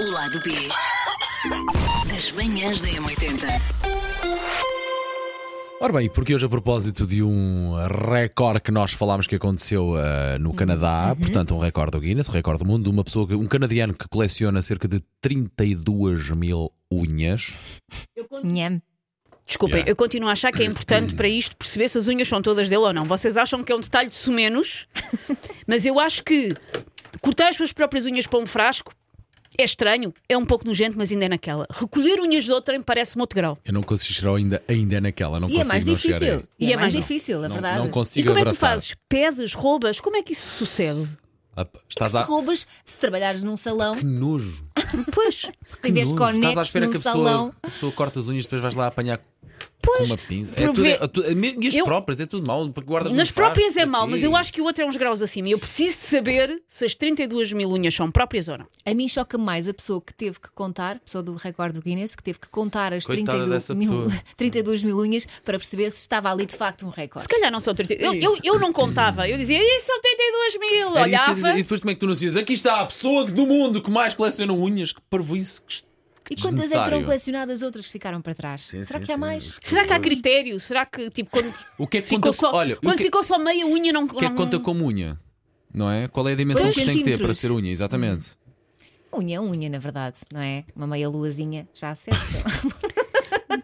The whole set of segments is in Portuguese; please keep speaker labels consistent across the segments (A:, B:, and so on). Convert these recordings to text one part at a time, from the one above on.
A: O lado B das manhãs da M80.
B: Ora bem, porque hoje a propósito de um recorde que nós falámos que aconteceu ah, no Canadá,
C: Uhum.
B: portanto um recorde do Guinness, um recorde do mundo, de uma pessoa, que- um canadiano que coleciona cerca de 32 mil unhas.
D: Nham.
C: Desculpem,
B: Yeah.
C: eu continuo a achar que é importante para isto perceber se as unhas são todas dele ou não. Vocês acham que é um detalhe de sumenos, mas eu acho que cortar as suas próprias unhas para um frasco é estranho, é um pouco nojento, mas ainda é naquela. Recolher unhas de outrem parece-me outro grau.
B: Eu não consigo chegar ainda, ainda é naquela, não
D: E é
B: consigo
D: mais
B: não chegar
D: difícil.
B: aí.
D: E é, mais difícil, é
B: Não-
D: verdade.
B: Não,
C: E
B: consigo
C: como é que tu
B: abraçar.
C: fazes? Pedes, roubas? Como é que isso sucede?
B: Ah, pá, Estás
D: Se
B: a...
D: roubas, se trabalhares num salão,
B: Que nojo.
C: Pois,
D: se tiveres
B: nojo. Estás à
D: conectos
B: espera
D: num
B: que a pessoa,
D: salão.
B: a pessoa corta as unhas depois vais lá apanhar com
C: pois.
B: uma pinça. É
C: prove-
B: tudo, é, tu- e as
C: Eu-
B: próprias, é tudo mau. porque guardas
C: Nas
B: num frasco,
C: próprias é
B: para
C: mau,
B: quê?
C: mas eu acho que o outro é uns graus acima. E eu preciso de saber se as 32 mil unhas são próprias ou não.
D: A mim choca mais a pessoa que teve que contar, a pessoa do recorde do Guinness, que teve que contar as
B: Coitada
D: 32
B: dessa
D: mil,
B: pessoa.
D: 32 mil unhas para perceber se estava ali de facto um
C: Se
D: recorde.
C: calhar não são 32. Eu, eu, eu não contava. Eu dizia, isso são 32 mil.
B: Era isso que eu ia dizer.
C: Olhava.
B: E depois como é que tu anuncias? Aqui está a pessoa do mundo que mais coleciona unhas, que parvoíce. Que...
D: E quantas é que
B: desnecessário.
D: foram colecionadas, outras que ficaram para trás? Será que há mais?
C: Será que há critério? Será que, tipo, quando,
B: O que é que
C: ficou,
B: conta?
C: só,
B: Olha, o
C: quando
B: que,
C: ficou um- só meia unha, não.
B: o que é que conta como unha? Não é? Qual é a dimensão
D: Dois
B: que tem que ter para
D: centímetros.
B: ser unha? Exatamente.
D: Unha, é unha, na verdade, não é? Uma meia luazinha já acerta.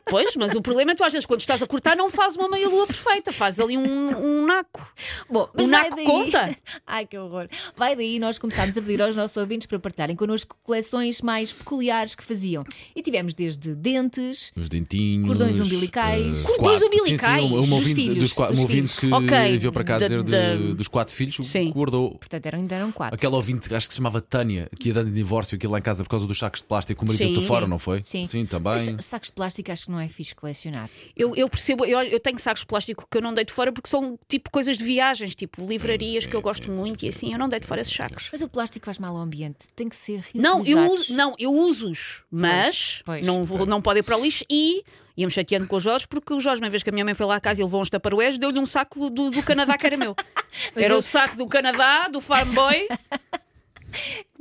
C: Pois, mas o problema é que tu, às vezes, quando estás a cortar, não faz uma meia lua perfeita. Faz ali um, um naco.
D: Bom, mas
C: O
D: vai
C: naco
D: daí.
C: conta?
D: Ai, que horror. Vai daí, nós começámos a pedir aos nossos ouvintes para partilharem connosco coleções mais peculiares que faziam. E tivemos desde dentes.
B: Os dentinhos.
D: Cordões umbilicais.
B: eh,
C: Cordões
B: quatro-
C: umbilicais?
B: Sim, sim, um, um
D: Dos
B: ouvinte,
D: filhos,
B: dos qua-
D: dos
B: um ouvinte que
C: filhos. Ok,
B: veio para cá
C: da-
B: dizer de-
C: da-
B: dos quatro filhos,
C: Sim.
B: guardou.
D: Portanto, eram, eram quatro.
B: Aquela ouvinte, acho que se chamava Tânia, que ia dando em divórcio aqui lá em casa por causa dos sacos de plástico que o marido
C: Sim.
B: deitou fora, não foi?
D: Sim.
B: Sim, também.
D: Mas sacos de plástico acho que não é fixe colecionar.
C: Eu, eu percebo, eu, eu tenho sacos de plástico que eu não deito fora porque são tipo coisas de viagens, tipo livrarias
B: Hum, Sim,
C: que eu gosto
B: sim, sim,
C: muito e
B: sim,
C: assim
B: sim,
C: eu não deito
B: sim,
C: fora
B: sim,
C: esses sacos.
D: Mas o plástico faz mal ao ambiente. Tem que ser
C: Não,
D: reutilizados.
C: eu uso, não, eu uso-os, mas
D: pois,
C: não, vou- não pode ir para o lixo e ia-me chateando com o Jorge, porque o Jorge, uma vez que a minha mãe foi lá à casa e levou uns taparoés, deu-lhe um saco do, do Canadá que era meu.
D: Mas
C: era
D: eu-
C: o saco do Canadá, do Farm Boy.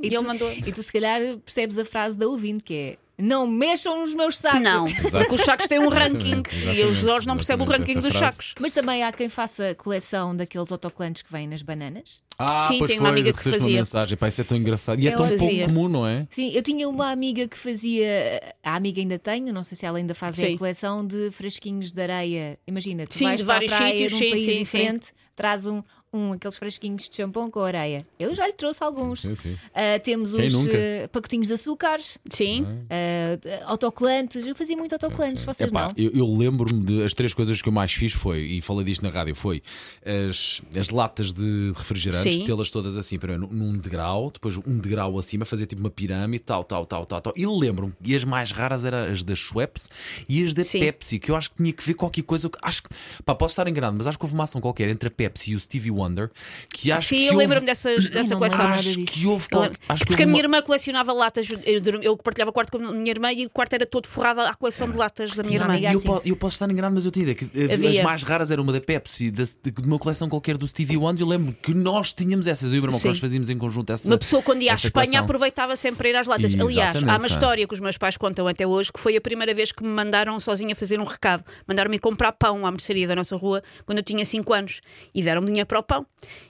C: e
D: tu,
C: ele mandou.
D: E tu, se calhar, percebes a frase da ouvinte que é: Não mexam os meus sacos.
C: Não, porque os sacos têm um ranking
B: Exatamente,
C: e
B: exatamente,
C: os Jorge não percebe o
B: exatamente,
C: ranking
B: essa
C: dos
B: frase.
C: sacos.
D: Mas também há quem faça coleção daqueles autocolantes que vêm nas bananas.
B: Ah,
C: Sim,
B: pois
C: tenho
B: foi,
C: uma amiga que
B: recebeste uma
C: fazia.
B: mensagem. Pá, isso é tão engraçado. E é
D: Ela
B: tão pouco
C: fazia.
B: comum, não é?
D: Sim, eu tinha uma amiga que fazia, a amiga ainda tenho, não sei se ela ainda faz é
C: Sim.
D: a coleção de frasquinhos de areia. Imagina, tu
C: Sim,
D: vais
C: de
D: para a
C: vários
D: praia de um
C: sítios, sim,
D: país
C: sim, sim.
D: diferente, traz um, um aqueles frasquinhos de champão com areia. Eu já lhe trouxe alguns.
B: Sim, sim.
D: Ah, temos
B: Uhum. Quem
D: uns
B: nunca?
D: eh, pacotinhos de açúcares,
C: Sim.
D: ah, de- autocolantes. Eu fazia muito autocolantes, vocês
B: Epá,
D: não?
B: Eu, eu lembro-me de as três coisas que eu mais fiz foi, e falei disto na rádio, foi as, as latas de refrigerantes,
C: Sim.
B: tê-las todas assim, primeiro num num degrau, depois um degrau acima, fazer tipo uma pirâmide, tal, tal, tal, tal, tal. E lembro-me, e as mais raras eram as da Schweppes e as da
C: Sim.
B: Pepsi, que eu acho que tinha que ver qualquer coisa. que- Acho que, pá, posso estar enganado, mas acho que houve uma ação qualquer entre a Pepsi e o Stevie Wonder que acho
C: Sim,
B: que.
C: eu
B: houve-
C: lembro-me dessas, dessa
D: não me lembro
C: coleção.
D: nada
B: Acho
D: disso.
B: que houve
C: Eu
B: qual-
C: lembro.
B: é? acho que
C: Porque a
B: houve
C: minha
B: uma-
C: irmã colecionava latas, eu, dorm- eu partilhava quarto com a minha irmã e o quarto era todo forrado à coleção de latas da minha
D: Tinha uma
C: irmã.
D: amiga
B: E eu,
D: assim.
B: po- eu posso estar enganado, mas eu tinha ideia que eh, as
C: Havia.
B: mais raras eram uma da Pepsi, da, de uma coleção qualquer do Stevie Wonder. Eu lembro que nós tínhamos essas, eu e o meu irmão, que
C: Sim.
B: nós fazíamos em conjunto essa.
C: Uma pessoa quando ia à
B: essa
C: Espanha
B: coleção.
C: aproveitava sempre ir às latas. Aliás,
B: Exatamente,
C: há
B: pá.
C: uma história que os meus pais contam até hoje que foi a primeira vez que me mandaram sozinha fazer um recado. Mandaram-me comprar pão à mercearia da nossa rua quando eu tinha 5 anos e deram-me dinheiro para o pão.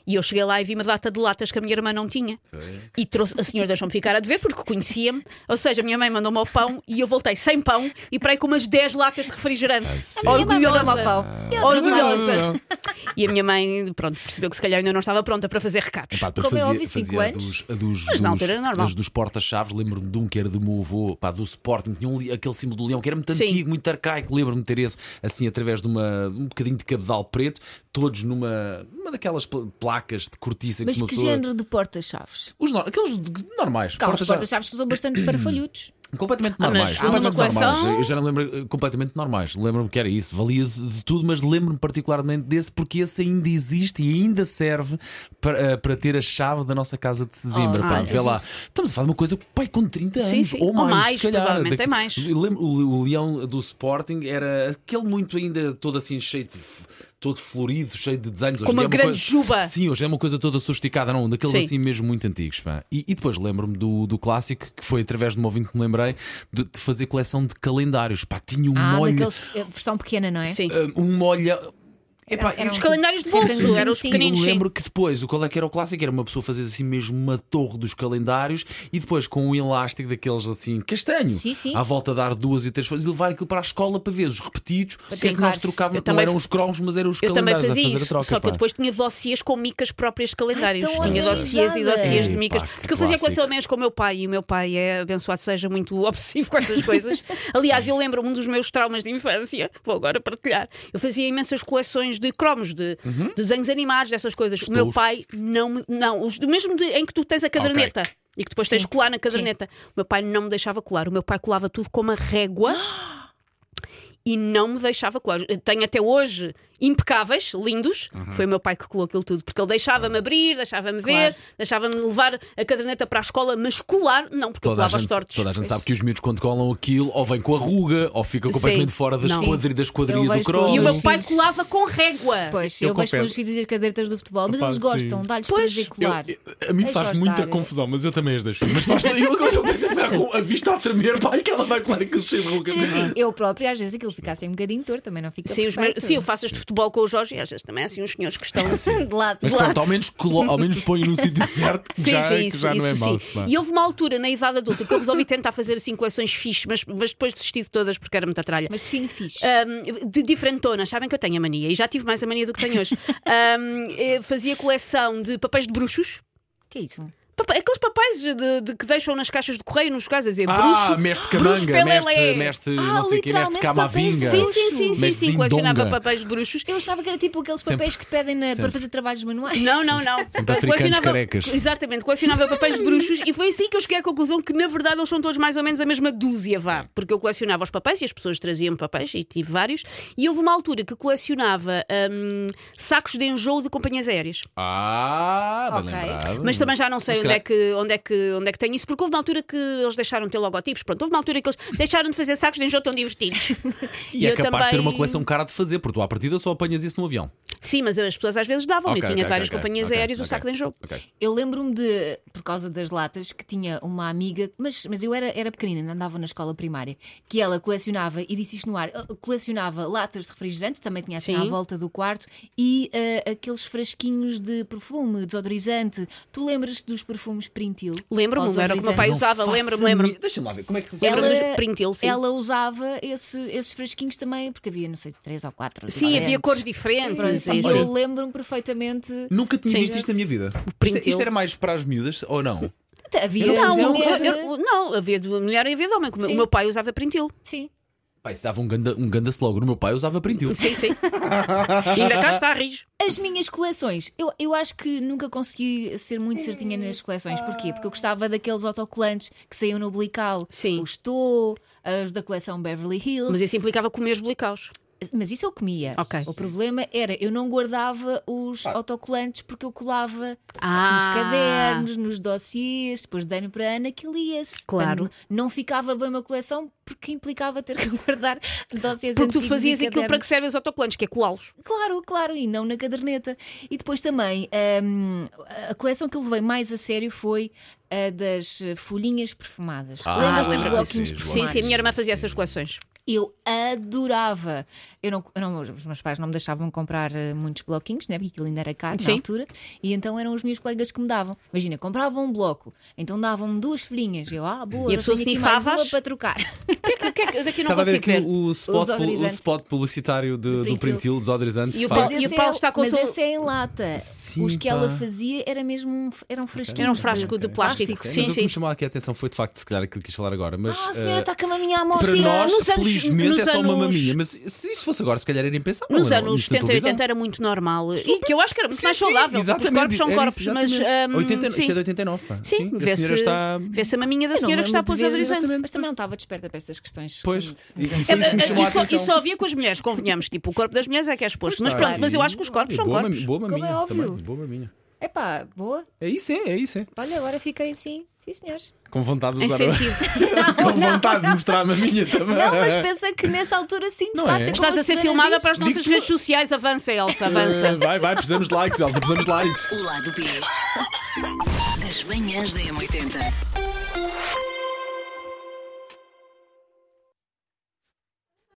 C: E eu cheguei lá e vi uma data de latas que a minha irmã não tinha. E trouxe, a senhora deixou-me ficar a dever porque conhecia-me. Ou seja, a minha mãe mandou-me ao pão e eu voltei sem pão e parei com umas 10 latas de
B: Ah,
D: A
C: refrigerante.
D: minha mãe
C: Orgulhosa.
D: mandou-me ao pau. Eu trouxe lá outras.
C: Orgulhosa. E a minha mãe, pronto, percebeu que se calhar ainda não estava pronta para fazer recados.
B: Pá, depois
D: Como é
B: fazia,
D: óbvio, cinco
B: fazia a
D: anos.
B: dos, a dos,
C: Mas na altura era
B: dos,
C: normal.
B: as dos porta-chaves, lembro-me de um que era do meu avô, pá, do Sporting, tinha um li- aquele símbolo do leão que era muito
C: Sim.
B: antigo, muito arcaico. Lembro-me de ter esse assim através de uma, um bocadinho de cabedal preto, todos numa uma daquelas pla- placas de cortiça
D: Mas
B: que uma
D: que
B: pessoa.
D: género de portas-chaves?
B: Os no- Aqueles de- normais,
D: Calma, os
B: porta-chaves.
D: portas-chaves são bastante farfalhudos.
B: Completamente
C: Ah, mas
B: normais.
C: há uma
B: completamente
C: coleção?
B: normais. Eu já não lembro. eh, Completamente normais. Lembro-me que era isso. Valia de, de tudo, mas lembro-me particularmente desse porque esse ainda existe e ainda serve para, eh, para ter a chave da nossa casa de Sesimbra,
C: Ah,
B: sabe?
C: é
B: Vê lá. Estamos a falar de uma coisa, pai, com 30
C: Sim,
B: anos
C: sim.
B: ou
C: Ou
B: mais,
C: mais,
B: se calhar.
C: provavelmente tem mais.
B: Eu lembro- o, o leão do Sporting era aquele muito ainda todo assim cheio de. f- todo florido, cheio de desenhos. Hoje
C: uma
B: em dia é
C: grande juba.
B: Sim, hoje é uma coisa toda sofisticada, não, daqueles
C: Sim.
B: assim mesmo muito antigos. Pá. E, e depois lembro-me do, do clássico que foi através de um ouvinte que me lembrei de, de fazer coleção de calendários. Pá, tinha um
D: Ah,
B: molho.
D: daqueles, eh, versão pequena, não é?
C: Sim.
B: ah, Um molho. Epá,
D: Era- era um-
B: eu-
C: Os calendários de bolso,
D: Retangulozinho,
C: eram os
D: sim.
B: eu
C: pequeninos, sim.
B: lembro que depois, o qual é que era o clássico? Era uma pessoa fazer assim mesmo uma torre dos calendários e depois com um elástico daqueles assim castanho
D: Sim, sim.
B: à volta dar duas e três folhas e levar aquilo para a escola para ver os repetidos. O que é que nós
D: trincares.
B: trocávamos?
C: Eu
B: Não
C: também
B: eram
C: fa-
B: os cromos, mas eram os
C: Eu também
B: calendários
C: fazia
B: a fazer
C: isso,
B: a troca.
C: só que eu
B: pá.
C: depois tinha dossiês com micas próprias de calendários.
D: Ai, tão
C: tinha dossiês e
D: organizada.
C: dossiês de
B: Ei,
C: micas.
B: pá, que
C: porque eu fazia
B: clássico.
C: coleção mesmo com o meu pai e o meu pai é abençoado, seja muito obsessivo com essas coisas. Aliás, eu lembro um dos meus traumas de infância, vou agora partilhar. Eu fazia imensas coleções de cromos, de
B: Uhum.
C: de desenhos animados, dessas coisas. O meu
B: Estou-os.
C: pai não me. Não, os, do mesmo de- em que tu tens a caderneta. E que depois tens de colar na caderneta. O meu pai não me deixava colar. O meu pai colava tudo com uma régua e não me deixava colar. Eu Tenho até hoje impecáveis, lindos.
B: Uhum.
C: Foi o meu pai que colou aquilo tudo, porque ele deixava-me abrir, deixava-me ver, deixava-me levar a caderneta para a escola, mas colar, não, porque eu
B: Toda a,
C: colava os
B: gente,
C: tortos.
B: toda a gente sabe que os miúdos, quando colam aquilo, ou vem com a ruga, ou fica completamente fora da
C: Não.
B: esquadrilha, da
D: Eu
B: esquadrilha do
D: vejo
B: cross.
D: todos.
C: E o meu
D: Os
C: pai
D: filhos.
C: colava com régua.
D: Pois, eu,
E: Eu
D: vejo
E: confesso.
D: pelos filhos e as cadeiras do futebol, mas
E: Opa,
D: eles gostam,
E: sim.
D: dá-lhes
C: Pois,
D: prazer
E: Eu-
D: colar.
E: eu- a mim
D: Deixa-os
E: faz muita
D: estar.
E: confusão, mas eu também as deixo. Mas
B: Mas eu, eu pensei ficar com a vista a tremer, pá, que ela vai colar aquele cheio de ruga.
D: Mas assim, eu própria, às vezes aquilo fica assim um bocadinho torto, também não fica
C: é? Sim, os meus-
D: perfeito.
C: sim, eu faço este futebol com o Jorge e às vezes também há assim uns senhores que estão assim.
D: De lado,
B: Mas
D: de lado.
B: pronto, ao menos, colo, ao menos põe no sítio certo que
C: Sim,
B: já,
C: sim,
B: que
C: isso,
B: já não é
C: isso
B: mau.
C: sim.
B: pá.
C: E houve uma altura na idade adulta que eu resolvi tentar fazer assim coleções fixes, mas, mas depois desisti de todas porque era muita tralha.
D: Mas define fixe.
C: Um, de diferentonas, sabem que eu tenho a mania e já tive mais a mania do que tenho hoje. Um, eh, fazia coleção de papéis de bruxos.
D: que é isso?
C: Papa- Aqueles papéis de, de- que deixam nas caixas de correio, nos casos, a dizer
B: Ah,
C: bruxo.
B: mestre
C: bruxo
B: Camanga,
C: pelelé.
B: mestre, mestre não sei o que, mestre
D: literalmente
B: Camavinga.
D: papéis.
C: Sim, sim, sim, sim,
B: mestre
C: sim, colecionava
B: Zindonga.
C: papéis de bruxos.
D: Eu achava que era tipo aqueles
B: Sempre.
D: papéis que pedem na- para fazer trabalhos manuais.
C: Não, não, não.
B: Sempre africanos carecas.
C: Exatamente, colecionava papéis de bruxos e foi assim que eu cheguei à conclusão que, na verdade, eles são todos mais ou menos a mesma dúzia, vá. Porque eu colecionava os papéis e as pessoas traziam papéis e tive vários. E houve uma altura que colecionava hum, sacos de enjoo de companhias aéreas.
B: Ah, bem
D: Ok.
B: lembrado.
C: Mas também já não sei
B: Mas
C: onde é, que, onde, é que, onde é que tem isso, porque houve uma altura que eles deixaram de ter logotipos. Pronto, houve uma altura que eles deixaram de fazer sacos de enjoo tão divertidos.
B: E, é capaz de ter uma coleção cara de fazer, porque tu à partida só apanhas isso no avião.
C: Sim, mas as pessoas às vezes davam.
B: Ok,
C: eu tinha
B: ok,
C: várias
B: ok,
C: companhias
B: ok,
C: aéreas o
B: ok.
C: saco de enjoo.
B: Ok.
D: Eu lembro-me de, por causa das latas, que tinha uma amiga, mas, mas eu era, era pequenina, ainda andava na escola primária, que ela colecionava, e disse isto no ar, ela colecionava latas de refrigerantes, também tinha assim
C: Sim.
D: à volta do quarto, e ah, aqueles frasquinhos de perfume, desodorizante. Tu lembras-te dos perfumes Printil?
C: Lembro-me,
D: Ou
C: era o que o meu pai
D: desodorizante?
B: Não
C: usava,
B: faço
C: lembro-me,
B: a
C: lembro-me.
B: mínima- Deixa-me lá ver, como é que
C: Lembro-me
D: Ela-
C: de Printil, sim.
D: Ela usava esse- esses frasquinhos também, porque havia, não sei, três ou quatro.
C: Sim, havia
D: diferentes.
C: cores diferentes.
D: Pronto,
C: sim,
D: e
C: sim.
D: eu lembro-me perfeitamente.
B: Nunca tinha
C: Sim.
B: visto isto na minha vida.
C: print
B: Isto, isto
C: eu-
B: era mais para as miúdas ou não?
D: Havia
C: Não,
D: uma
C: eu- um
D: mesa-
C: eu- não, havia de mulher e havia de homem. O meu-
D: Sim.
C: O meu pai usava printil.
D: Sim.
B: Pai, se dava um ganda, um ganda slogan. O meu pai usava printil.
C: Sim, sim. Ainda cá está, rijo.
D: As minhas coleções. Eu, eu acho que nunca consegui ser muito certinha nas coleções. Porquê? Porque eu gostava daqueles autocolantes que saíam no Blical.
C: Sim.
D: Os Estou, os da coleção Beverly Hills.
C: Mas isso implicava comer os blicaus.
D: Mas isso eu comia.
C: Ok.
D: O problema era eu não guardava os autocolantes porque eu colava
C: Ah.
D: nos cadernos, nos dossiês, depois dei-no para a Ana que lia-se.
C: Claro.
D: Portanto, Não ficava bem uma coleção porque implicava ter que guardar dossiês
C: Porque tu
D: antigos e
C: fazias aquilo
D: cadernos.
C: para que servem os autocolantes, que é colá-los.
D: Claro, claro, e não na caderneta. E depois também, hum, a coleção que eu levei mais a sério foi a das folhinhas perfumadas.
B: Ah,
D: Lembras dos
B: lembro.
D: bloquinhos
B: Sim, sim,
C: Sim,
D: perfumados?
C: sim, a minha irmã fazia essas coleções.
D: Eu adorava. Eu não, eu não- os meus pais não me deixavam comprar eh, muitos bloquinhos, né? porque aquilo ainda era caro
C: Sim.
D: na altura, e então eram os meus colegas que me davam. Imagina, compravam um bloco, então davam-me duas folhinhas. Eu, ah, boa,
C: E a
D: eu
C: pessoa
D: tenho aqui mais
C: snifava-as?
D: uma para trocar.
C: O que é que- o que é que- Daqui não
B: Estava a ver
C: consigo
B: aqui
C: ver.
B: o spot, pul- o
D: desodorizante.
B: spot publicitário de- do
D: Printil.
B: Printil, desodorizante.
C: E o
B: faz-
C: Paulo-
D: Mas, esse,
C: Paulo
D: é,
C: está com
D: mas
C: o seu-
D: esse é em lata.
B: Sim,
D: Os que ela
B: pá.
D: fazia era mesmo um, eram frasquinhos.
C: Era um frasco de plástico.
B: Ok,
C: Sim,
B: mas o que
C: sim. tá-
B: me chamou aqui a atenção foi de facto, se calhar, aquilo que quis falar agora. Mas,
D: Ah, a
B: eh,
D: senhora está com a minha
B: para
D: mochila
B: nós,
D: nos anos
B: Felizmente é
C: nos
B: só uma
C: anos-
B: maminha. Mas se isso fosse agora, se calhar era impensável.
C: Nos
B: não é?
C: anos
B: Isto na
C: 70 e
B: televisão.
C: 80 era muito normal. E
B: Super.
C: que eu acho que era muito
B: Sim,
C: mais
B: sim,
C: saudável. porque Os
B: exatamente,
C: corpos são
B: era
C: corpos,
B: isso,
C: mas.
B: exatamente.
C: hum,
B: 80,
C: sim.
B: Isto é de 89, pá.
C: Sim,
B: a
C: vê-se
B: senhora está.
C: vê-se a maminha da
D: Eu não
C: senhora que está a
D: lembro de
C: pousar
D: ver,
C: anos.
D: Mas também não estava desperta para estas questões. É,
B: Pois.
D: quando-
B: E- e foi
D: Exato.
B: isso que me chamou a
C: E só, e
B: atenção.
C: só havia com as mulheres, convenhamos. Tipo, o corpo das mulheres é que é exposto. Mas
B: Está
C: pronto,
B: aí.
C: mas eu acho que os corpos
B: E
C: são
B: Ah, boa
C: corpos.
B: mami- Boa
D: Como é
B: maminha.
D: óbvio.
B: também, Boa maminha.
D: Epá, é boa.
B: É isso, é, é isso. É.
D: Olha, agora fiquei assim. Sim, senhores.
B: Com vontade de
C: Em
B: usar a-
C: sentido.
B: Com vontade de mostrar a maminha também.
D: Não, mas pensa que nessa altura sim, de
B: Não
D: facto.
B: é?
D: É como
C: Estás a ser
D: Susana
C: filmada
D: diz.
C: para as nossas
B: Digo-te uma-
C: redes sociais. Avança, Elsa, avança.
B: Eh, Vai, vai, precisamos de likes, Elsa, precisamos de likes.
A: O lado B das manhãs da M80.